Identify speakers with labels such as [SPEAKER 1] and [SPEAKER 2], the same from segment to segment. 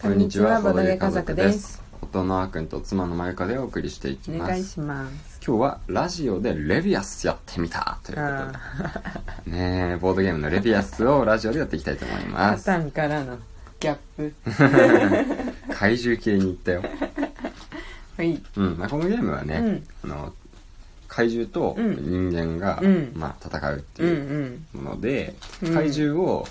[SPEAKER 1] こんにちはボドゲ家族です。
[SPEAKER 2] 夫のあーくんと妻のまゆかでお送りしていき
[SPEAKER 1] お
[SPEAKER 2] ます。
[SPEAKER 1] 願いします。
[SPEAKER 2] 今日はラジオでレビアスやってみたという
[SPEAKER 1] あ
[SPEAKER 2] ことで、ねえボードゲームのレビアスをラジオでやっていきたいと思い
[SPEAKER 1] あ、
[SPEAKER 2] ます。
[SPEAKER 1] 肩からのギャップ。
[SPEAKER 2] 怪獣系に行ったよ。
[SPEAKER 1] はい。
[SPEAKER 2] うん、まあ、このゲームはね、あの怪獣と人間が、
[SPEAKER 1] うん
[SPEAKER 2] まあ、戦うって
[SPEAKER 1] うんう
[SPEAKER 2] いうんもので、
[SPEAKER 1] うん
[SPEAKER 2] 怪獣を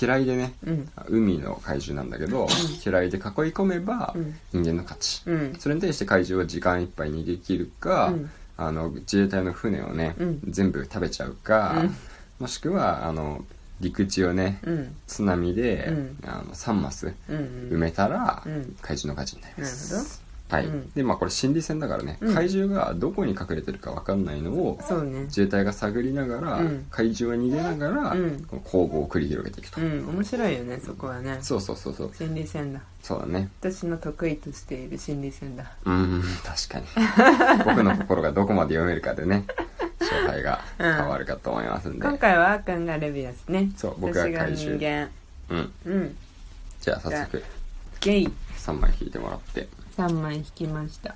[SPEAKER 2] 嫌いでね、
[SPEAKER 1] うん
[SPEAKER 2] 海の怪獣なんだけど、嫌いで囲い込めば
[SPEAKER 1] うん
[SPEAKER 2] 人間の勝ち、
[SPEAKER 1] うん
[SPEAKER 2] それに対して怪獣は時間いっぱい逃げ切るか、
[SPEAKER 1] うん
[SPEAKER 2] あの自衛隊の船をね、
[SPEAKER 1] うん
[SPEAKER 2] 全部食べちゃうか、
[SPEAKER 1] うん
[SPEAKER 2] もしくはあの陸地をね、
[SPEAKER 1] うん
[SPEAKER 2] 津波で、
[SPEAKER 1] うん
[SPEAKER 2] あの3マス
[SPEAKER 1] うんう
[SPEAKER 2] 埋
[SPEAKER 1] ん
[SPEAKER 2] めたら、
[SPEAKER 1] うん
[SPEAKER 2] 怪獣の勝ちになります
[SPEAKER 1] なる
[SPEAKER 2] はい、
[SPEAKER 1] うん
[SPEAKER 2] でまあこれ心理戦だからね、
[SPEAKER 1] うん
[SPEAKER 2] 怪獣がどこに隠れてるか分かんないのを
[SPEAKER 1] そうね。
[SPEAKER 2] 自衛隊が探りながら、
[SPEAKER 1] うん
[SPEAKER 2] 怪獣は逃げながら、
[SPEAKER 1] うん
[SPEAKER 2] この攻防を繰り広げていくと、
[SPEAKER 1] うん面白いよねそこはね。
[SPEAKER 2] そうそうそうそう
[SPEAKER 1] 心理戦だ。
[SPEAKER 2] そうだね
[SPEAKER 1] 私の得意としている心理戦だ。
[SPEAKER 2] うーん確かに 僕の心がどこまで読めるかでね勝敗が変わるかと思いますんで、
[SPEAKER 1] 今回はあーくんがレビアスね。
[SPEAKER 2] そう僕が怪獣
[SPEAKER 1] 私が人間。
[SPEAKER 2] うん、
[SPEAKER 1] うん。
[SPEAKER 2] じゃあ早速
[SPEAKER 1] ゲイ。
[SPEAKER 2] 3枚引いてもらって
[SPEAKER 1] 3枚引きました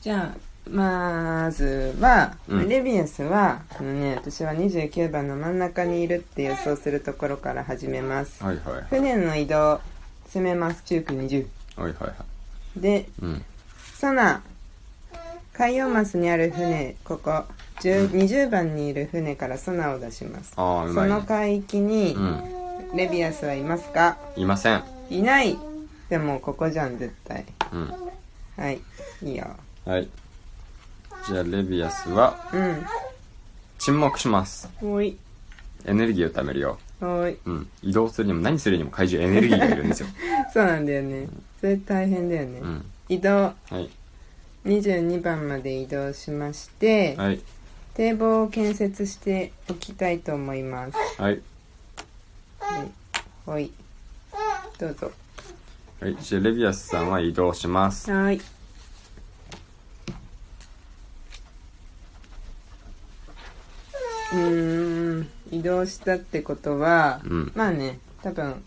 [SPEAKER 1] じゃあまずは、
[SPEAKER 2] うん
[SPEAKER 1] レビアスはあの、ね、私は29番の真ん中にいるって予想するところから始めます、
[SPEAKER 2] はいはいはい
[SPEAKER 1] 船の移動攻めます1920
[SPEAKER 2] はいはいはい
[SPEAKER 1] で
[SPEAKER 2] うん
[SPEAKER 1] ソナ海洋マスにある船ここ10 20番にいる船からソナを出します
[SPEAKER 2] ああう
[SPEAKER 1] そ
[SPEAKER 2] まい、
[SPEAKER 1] の
[SPEAKER 2] ね、
[SPEAKER 1] 海域に
[SPEAKER 2] うん
[SPEAKER 1] レビアスはいますか
[SPEAKER 2] いません
[SPEAKER 1] いないでもここじゃん絶対
[SPEAKER 2] うん
[SPEAKER 1] はいいいよ
[SPEAKER 2] はいじゃあレビアスは
[SPEAKER 1] うん
[SPEAKER 2] 沈黙します
[SPEAKER 1] おい
[SPEAKER 2] エネルギーを貯めるよ
[SPEAKER 1] おい
[SPEAKER 2] うん移動するにも何するにも怪獣エネルギーがいるん ですよ
[SPEAKER 1] そうなんだよねそれ大変だよね、
[SPEAKER 2] うん
[SPEAKER 1] 移動
[SPEAKER 2] はい
[SPEAKER 1] 22番まで移動しまして、
[SPEAKER 2] はい
[SPEAKER 1] 堤防を建設しておきたいと思います
[SPEAKER 2] はい
[SPEAKER 1] はいはいどうぞ
[SPEAKER 2] はいじゃあレビアスさんは移動します
[SPEAKER 1] はいうーん移動したってことは、
[SPEAKER 2] うん
[SPEAKER 1] まあね多分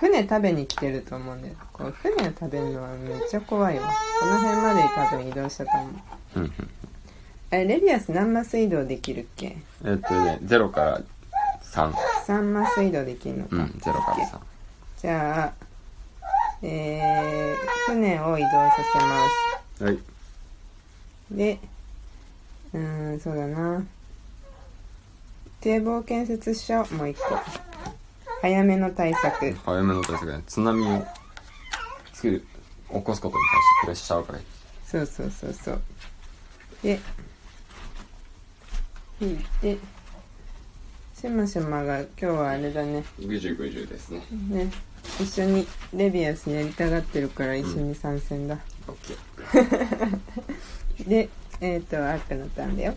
[SPEAKER 1] 船食べに来てると思うんだよこう船を食べるのはめっちゃ怖いわこの辺まで多分移動したと思う
[SPEAKER 2] うんうん
[SPEAKER 1] えレビアス何マス移動できるっけ
[SPEAKER 2] えっとね0から3
[SPEAKER 1] 3マス移動できるのか、
[SPEAKER 2] うん0から3
[SPEAKER 1] じゃあえー、船を移動させます
[SPEAKER 2] はい。
[SPEAKER 1] でうーんそうだな堤防建設所もう一個早めの対策
[SPEAKER 2] 早めの対策ね。津波を作る、起こすことに対してプレッシャーをかけて。
[SPEAKER 1] そうそうそうそうで引いてしましまが今日はあれだね
[SPEAKER 2] ぐじゅぐじゅですね。
[SPEAKER 1] ね一緒にレビアスやりたがってるから一緒に参戦だ、
[SPEAKER 2] オッケー。
[SPEAKER 1] でえっ、と赤のターンだよ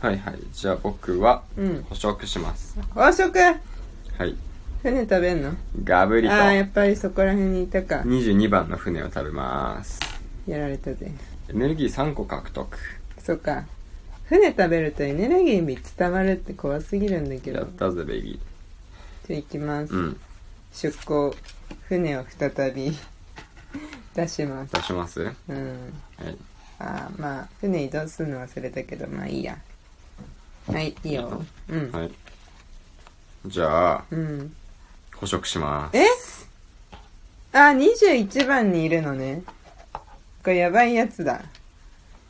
[SPEAKER 2] はいはい。じゃあ僕は
[SPEAKER 1] うん
[SPEAKER 2] 捕食します。
[SPEAKER 1] 宝食
[SPEAKER 2] はい。
[SPEAKER 1] 船食べんの
[SPEAKER 2] ガブリと
[SPEAKER 1] ああやっぱりそこら辺にいたか
[SPEAKER 2] 22番の船を食べます。
[SPEAKER 1] やられたぜ
[SPEAKER 2] エネルギー3個獲得。
[SPEAKER 1] そうか船食べるとエネルギーに伝わるって怖すぎるんだけ
[SPEAKER 2] や
[SPEAKER 1] ど
[SPEAKER 2] ったぜ、ベビ
[SPEAKER 1] じゃあ行きます、
[SPEAKER 2] ー。うん。
[SPEAKER 1] 出航船を再び 出します
[SPEAKER 2] 出しますはい。
[SPEAKER 1] うんあーまあ船移動するの忘れたけどまあいいやはいいいようん、
[SPEAKER 2] はい。じゃあ、
[SPEAKER 1] うん
[SPEAKER 2] 捕食します。
[SPEAKER 1] えあ、21番にいるのね。これやばいやつだ。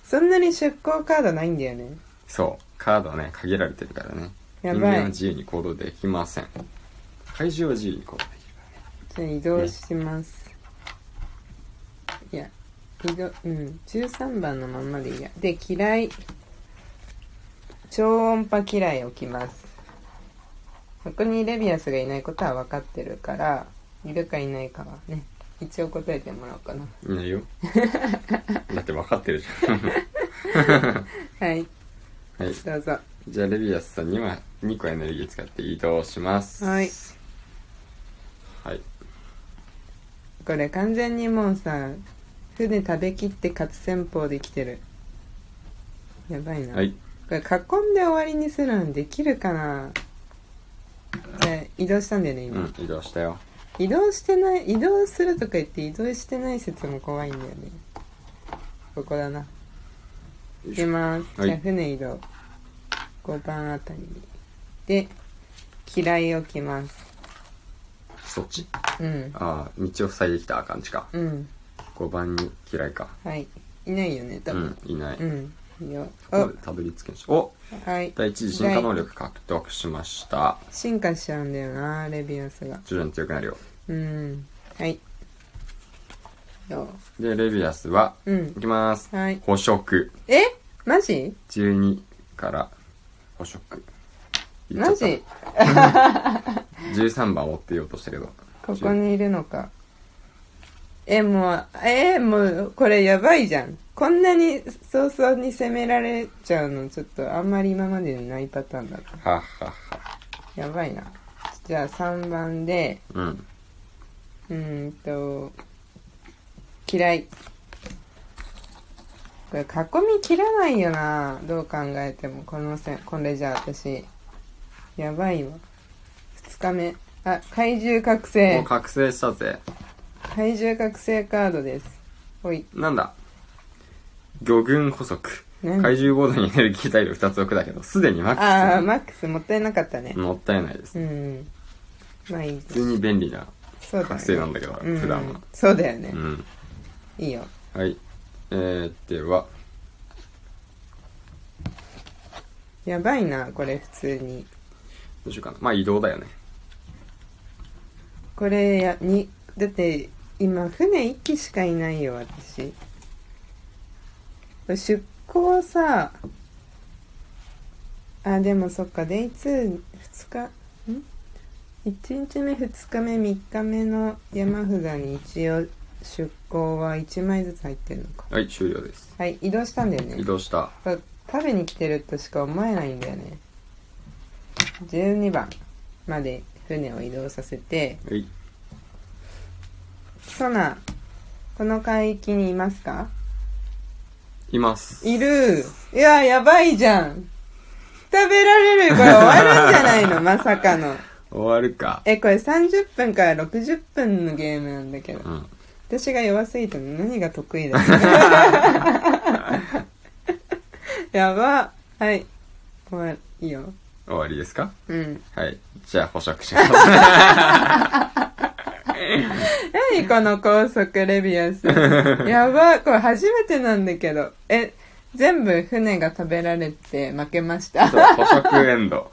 [SPEAKER 1] そんなに出向カードないんだよね。
[SPEAKER 2] そう。カードはね、限られてるからね。
[SPEAKER 1] や
[SPEAKER 2] 人
[SPEAKER 1] ば。
[SPEAKER 2] 間はい
[SPEAKER 1] じ
[SPEAKER 2] 自由に行動できません。怪獣は自由に行動できる。
[SPEAKER 1] ゃあ移動します。いや、移動、うん。13番のまんまでいいや。で、嫌い。超音波嫌い置きます。ここにレビアスがいないことは分かってるから、いるかいないかはね、一応答えてもらおうかな。
[SPEAKER 2] い ないよだって分かってるじゃん
[SPEAKER 1] はい、
[SPEAKER 2] はい
[SPEAKER 1] どうぞ。
[SPEAKER 2] じゃあレビアスさんには2個エネルギー使って移動します
[SPEAKER 1] はい
[SPEAKER 2] はい
[SPEAKER 1] これ完全にもうさ船食べきって勝つ戦法できてるやばいな、
[SPEAKER 2] はい
[SPEAKER 1] これ囲んで終わりにするのできるかなじゃあ移動したんだよね
[SPEAKER 2] う
[SPEAKER 1] 今、
[SPEAKER 2] ん移動したよ
[SPEAKER 1] 移動してない移動するとか言って移動してない説も怖いんだよねここだな行きます、
[SPEAKER 2] はい
[SPEAKER 1] じゃあ船移動5番あたりにで嫌い置きます
[SPEAKER 2] そっち
[SPEAKER 1] うん
[SPEAKER 2] ああ道を塞いできた感じか
[SPEAKER 1] うん
[SPEAKER 2] 5番に嫌いか
[SPEAKER 1] はいいないよね多
[SPEAKER 2] う
[SPEAKER 1] 分
[SPEAKER 2] んいない、
[SPEAKER 1] うん、いいよ
[SPEAKER 2] ここ
[SPEAKER 1] お
[SPEAKER 2] でたどり着けんしお
[SPEAKER 1] はい
[SPEAKER 2] 第一次進化能力獲得しました
[SPEAKER 1] 進化しちゃうんだよなレビアスが
[SPEAKER 2] 徐々に強くなるよ
[SPEAKER 1] うんはいど
[SPEAKER 2] でレビアスは、
[SPEAKER 1] ううん
[SPEAKER 2] いきます
[SPEAKER 1] はい
[SPEAKER 2] 捕食
[SPEAKER 1] えマジ
[SPEAKER 2] 12から捕食いっちゃ
[SPEAKER 1] マ
[SPEAKER 2] った
[SPEAKER 1] ジ
[SPEAKER 2] 13番追ってようとしたけど
[SPEAKER 1] ここにいるのか。え、もう、え、もう、これやばいじゃん。こんなに早々に攻められちゃうの、ちょっとあんまり今までにないパターンだった。
[SPEAKER 2] はっはっは
[SPEAKER 1] やばいな。じゃあ3番で、
[SPEAKER 2] うん
[SPEAKER 1] うーんと、嫌い。これ囲み切らないよな。どう考えても。この線、これじゃあ私。やばいわ。2日目。あ、怪獣覚醒。
[SPEAKER 2] もう覚醒したぜ
[SPEAKER 1] 体重覚醒カードです。ほい。
[SPEAKER 2] なんだ魚群捕食
[SPEAKER 1] 何
[SPEAKER 2] 怪獣ボードにエネルギー体力2つ置くだけどすでにマックス
[SPEAKER 1] ああ、マックスもったいなかったね。
[SPEAKER 2] もったいないです、
[SPEAKER 1] うん。まあいい
[SPEAKER 2] 普通に便利な
[SPEAKER 1] そうだ
[SPEAKER 2] 覚醒な
[SPEAKER 1] よ
[SPEAKER 2] ん
[SPEAKER 1] ね。
[SPEAKER 2] だけど、
[SPEAKER 1] うん、
[SPEAKER 2] 普段は
[SPEAKER 1] そうだよね
[SPEAKER 2] う。ん
[SPEAKER 1] いいよ。
[SPEAKER 2] はいえー、では
[SPEAKER 1] やばいな、これ普通に。
[SPEAKER 2] どうしようかなまあ移動だよね
[SPEAKER 1] これや、に、だって今船1機しかいないよ、私。これ出港さ、あ、でもそっか、デイ2、2日、ん ?1 日目、2日目、3日目の山札に一応出港は1枚ずつ入ってるのか。
[SPEAKER 2] はい終了です
[SPEAKER 1] はい、移動したんだよね。
[SPEAKER 2] 移動した
[SPEAKER 1] そう食べに来てるとしか思えないんだよね12番まで船を移動させて
[SPEAKER 2] はい
[SPEAKER 1] ソナーこの海域にいますか
[SPEAKER 2] います
[SPEAKER 1] いるいややばいじゃん食べられるこれ終わるんじゃない のまさかの
[SPEAKER 2] 終わるか
[SPEAKER 1] えこれ30分から60分のゲームなんだけど
[SPEAKER 2] うん
[SPEAKER 1] 私が弱すぎたの何が得 意だろうやばはい終わいいよ
[SPEAKER 2] 終わりですか
[SPEAKER 1] うん
[SPEAKER 2] はいじゃあ捕食します
[SPEAKER 1] 何この高速レビア ス。やば、これ初めてなんだけど。え、全部船が食べられて負けました。
[SPEAKER 2] そう捕食エンド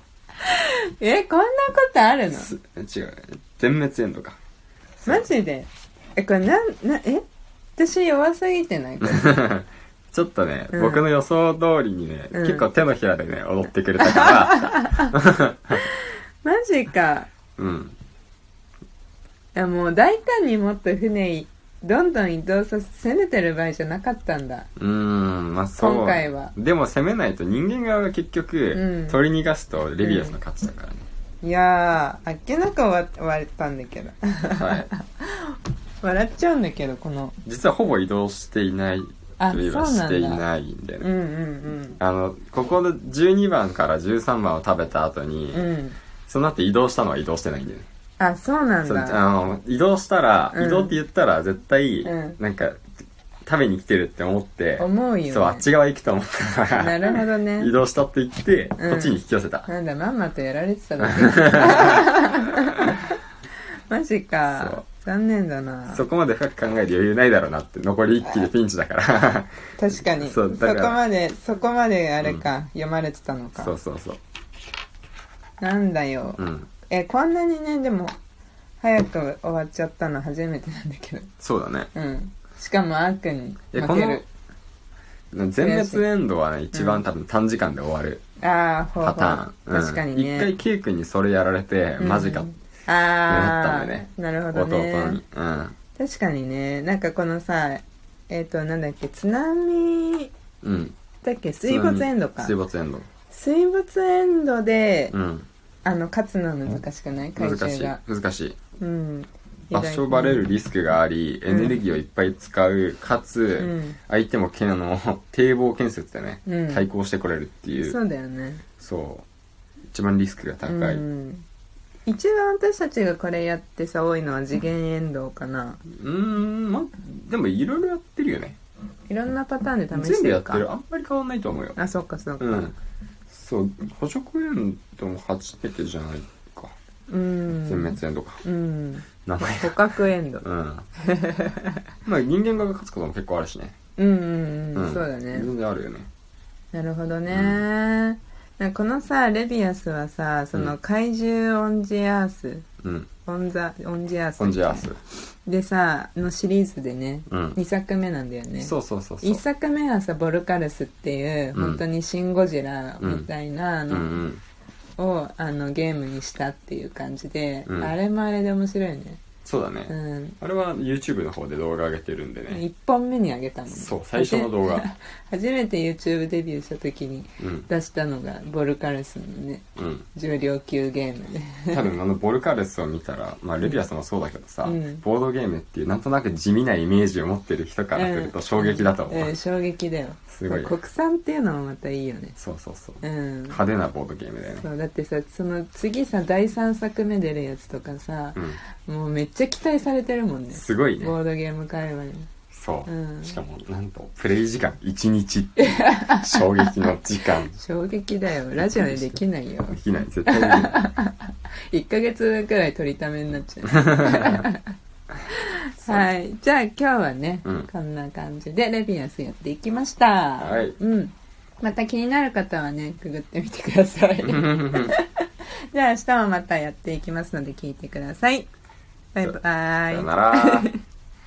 [SPEAKER 1] え、こんなことあるの
[SPEAKER 2] す違う全滅エンドか
[SPEAKER 1] マジでえ、これなん、な、え私弱すぎてないこれ
[SPEAKER 2] ちょっとね、
[SPEAKER 1] うん
[SPEAKER 2] 僕の予想通りにね、
[SPEAKER 1] うん
[SPEAKER 2] 結構手のひらでね、踊ってくれた から、
[SPEAKER 1] マジか。
[SPEAKER 2] うん。
[SPEAKER 1] いや、もう大胆にもっと船い、どんどん移動させ、攻めてる場合じゃなかったんだ。
[SPEAKER 2] うーん、まあそう。
[SPEAKER 1] 今回は
[SPEAKER 2] でも攻めないと人間側が結局、
[SPEAKER 1] うん
[SPEAKER 2] 取り逃がすとレビアスの勝ちだからね。
[SPEAKER 1] いやー、あっけなく終わ終わったんだけど。
[SPEAKER 2] はい。
[SPEAKER 1] 笑っちゃうんだけど、この。
[SPEAKER 2] 実はほぼ移動していない、
[SPEAKER 1] あ、
[SPEAKER 2] と
[SPEAKER 1] そ
[SPEAKER 2] いうえば
[SPEAKER 1] な
[SPEAKER 2] してい
[SPEAKER 1] んだ。
[SPEAKER 2] ないんだよ
[SPEAKER 1] う
[SPEAKER 2] ね。
[SPEAKER 1] んうん
[SPEAKER 2] あの、ここの12番から13番を食べた後に、
[SPEAKER 1] うん。うん。
[SPEAKER 2] その後移動したのは移動してないんだよね。
[SPEAKER 1] あ、そうなん
[SPEAKER 2] そう
[SPEAKER 1] だ。
[SPEAKER 2] あの移動したら、
[SPEAKER 1] うん
[SPEAKER 2] 移動って言ったら絶対、
[SPEAKER 1] うん
[SPEAKER 2] なんか食べに来てるって思って
[SPEAKER 1] 思うよね
[SPEAKER 2] そうあっち側行くと思ったから
[SPEAKER 1] なるほどね
[SPEAKER 2] 移動したって言って、
[SPEAKER 1] うん
[SPEAKER 2] こっちに引き寄せた、
[SPEAKER 1] なんだ、まんまとやられてただ け。マジ
[SPEAKER 2] そう
[SPEAKER 1] か。残念だな。
[SPEAKER 2] そこまで深く考える余裕ないだろうなって残り一気でピンチだから
[SPEAKER 1] 確かに。
[SPEAKER 2] そ
[SPEAKER 1] そう
[SPEAKER 2] だから
[SPEAKER 1] こまで、そこまであれか、読まれてたのか。
[SPEAKER 2] そうそうそう
[SPEAKER 1] なんだよ、
[SPEAKER 2] うん
[SPEAKER 1] え、こんなにね、でも、早く終わっちゃったの初めてなんだけど。
[SPEAKER 2] そうだね
[SPEAKER 1] うん。しかも、あーくんに
[SPEAKER 2] いや
[SPEAKER 1] 負ける。
[SPEAKER 2] この全滅エンドはね一番多分短時間で終わる
[SPEAKER 1] ああ、ほうほ
[SPEAKER 2] パ
[SPEAKER 1] う。
[SPEAKER 2] ターン、うん
[SPEAKER 1] 確かにね。
[SPEAKER 2] 一回 Q 君にそれやられて、マジか
[SPEAKER 1] う
[SPEAKER 2] っ
[SPEAKER 1] ん
[SPEAKER 2] てなった
[SPEAKER 1] ああ、
[SPEAKER 2] んだね
[SPEAKER 1] なるほど
[SPEAKER 2] 弟
[SPEAKER 1] ね。
[SPEAKER 2] にうん
[SPEAKER 1] 確かにねなんかこのさえっ、となんだっけ津波
[SPEAKER 2] うん
[SPEAKER 1] だっけ水没エンドか
[SPEAKER 2] 水没エンド
[SPEAKER 1] 水没エンドで、
[SPEAKER 2] うん
[SPEAKER 1] あの勝つのは難しくない怪
[SPEAKER 2] 難
[SPEAKER 1] 獣
[SPEAKER 2] しい
[SPEAKER 1] が
[SPEAKER 2] 難しい
[SPEAKER 1] うん
[SPEAKER 2] 場所バレるリスクがあり、エネルギーをいっぱい使う、かつ、
[SPEAKER 1] うん
[SPEAKER 2] 相手もけあの 堤防建設でね、
[SPEAKER 1] うん
[SPEAKER 2] 対抗してこれるっていう
[SPEAKER 1] そ
[SPEAKER 2] そう
[SPEAKER 1] うだよね
[SPEAKER 2] 一番リスクが高い、
[SPEAKER 1] うん一番私たちがこれやってさ多いのは次元遠藤かな、
[SPEAKER 2] うーんまあでもいろいろやってるよね
[SPEAKER 1] いろんなパターンで試
[SPEAKER 2] 全
[SPEAKER 1] して
[SPEAKER 2] 部や
[SPEAKER 1] る
[SPEAKER 2] って
[SPEAKER 1] か
[SPEAKER 2] るあんまり変わんないと思うよ
[SPEAKER 1] あそっかそっか
[SPEAKER 2] うんそう捕食園とも初めてじゃないか
[SPEAKER 1] うん
[SPEAKER 2] 全滅園とか
[SPEAKER 1] うん
[SPEAKER 2] 名前
[SPEAKER 1] 捕獲エンド
[SPEAKER 2] うん まあ人間側が勝つことも結構あるしね
[SPEAKER 1] うんうんうん、
[SPEAKER 2] ん
[SPEAKER 1] そうだね
[SPEAKER 2] 全然あるよね
[SPEAKER 1] なるほどね、
[SPEAKER 2] う
[SPEAKER 1] なんかこのさレビアスはさその怪獣オンジアース
[SPEAKER 2] うん
[SPEAKER 1] オンザオンジアース
[SPEAKER 2] コンジアース
[SPEAKER 1] でさのシリーズでね
[SPEAKER 2] うん
[SPEAKER 1] 2作目なんだよね
[SPEAKER 2] そうそうそうそう
[SPEAKER 1] 1作目はさボルカルスっていう、
[SPEAKER 2] うん
[SPEAKER 1] 本当にシン・ゴジラみたいな
[SPEAKER 2] うんう
[SPEAKER 1] の
[SPEAKER 2] ん
[SPEAKER 1] を、あのゲームにしたっていう感じで、
[SPEAKER 2] うん
[SPEAKER 1] あれもあれで面白いね
[SPEAKER 2] そうだ
[SPEAKER 1] う
[SPEAKER 2] ね
[SPEAKER 1] ん
[SPEAKER 2] あれは YouTube の方で動画上げてるんでね
[SPEAKER 1] 1本目にあげたもんね
[SPEAKER 2] そう最初の動画
[SPEAKER 1] 初めて YouTube デビューした時に
[SPEAKER 2] うん
[SPEAKER 1] 出したのがボルカルスのね
[SPEAKER 2] うん
[SPEAKER 1] 重量級ゲームで
[SPEAKER 2] 多分あのボルカルスを見たら、まあ、レビアスもそうだけどさ、
[SPEAKER 1] うん
[SPEAKER 2] ボードゲームっていうなんとなく地味なイメージを持ってる人からすると衝撃だと思う、
[SPEAKER 1] うん衝撃だよ
[SPEAKER 2] すごい
[SPEAKER 1] 国産っていうのもまたいいよね
[SPEAKER 2] そうそうそう
[SPEAKER 1] うん
[SPEAKER 2] 派手なボードゲームだよね
[SPEAKER 1] そうだってさその次さ第3作目出るやつとかさ、もうめっちゃ期待されてるもん
[SPEAKER 2] うん
[SPEAKER 1] ね
[SPEAKER 2] すごいね
[SPEAKER 1] ボードゲーム界隈に
[SPEAKER 2] そう、
[SPEAKER 1] うん
[SPEAKER 2] しかもなんとプレイ時間1日っていう衝撃の時 間
[SPEAKER 1] 衝撃だよラジオでできないよ
[SPEAKER 2] できない絶対できない
[SPEAKER 1] 1ヶ月くらい取りためになっ ちゃうはいじゃあ今日はね、
[SPEAKER 2] うん
[SPEAKER 1] こんな感じでレビアスやっていきました
[SPEAKER 2] はい
[SPEAKER 1] うんまた気になる方はねくぐってみてください
[SPEAKER 2] う
[SPEAKER 1] じゃ
[SPEAKER 2] ん
[SPEAKER 1] あ明日もまたやっていきますので聞いてくださいバイバーイ
[SPEAKER 2] さよなら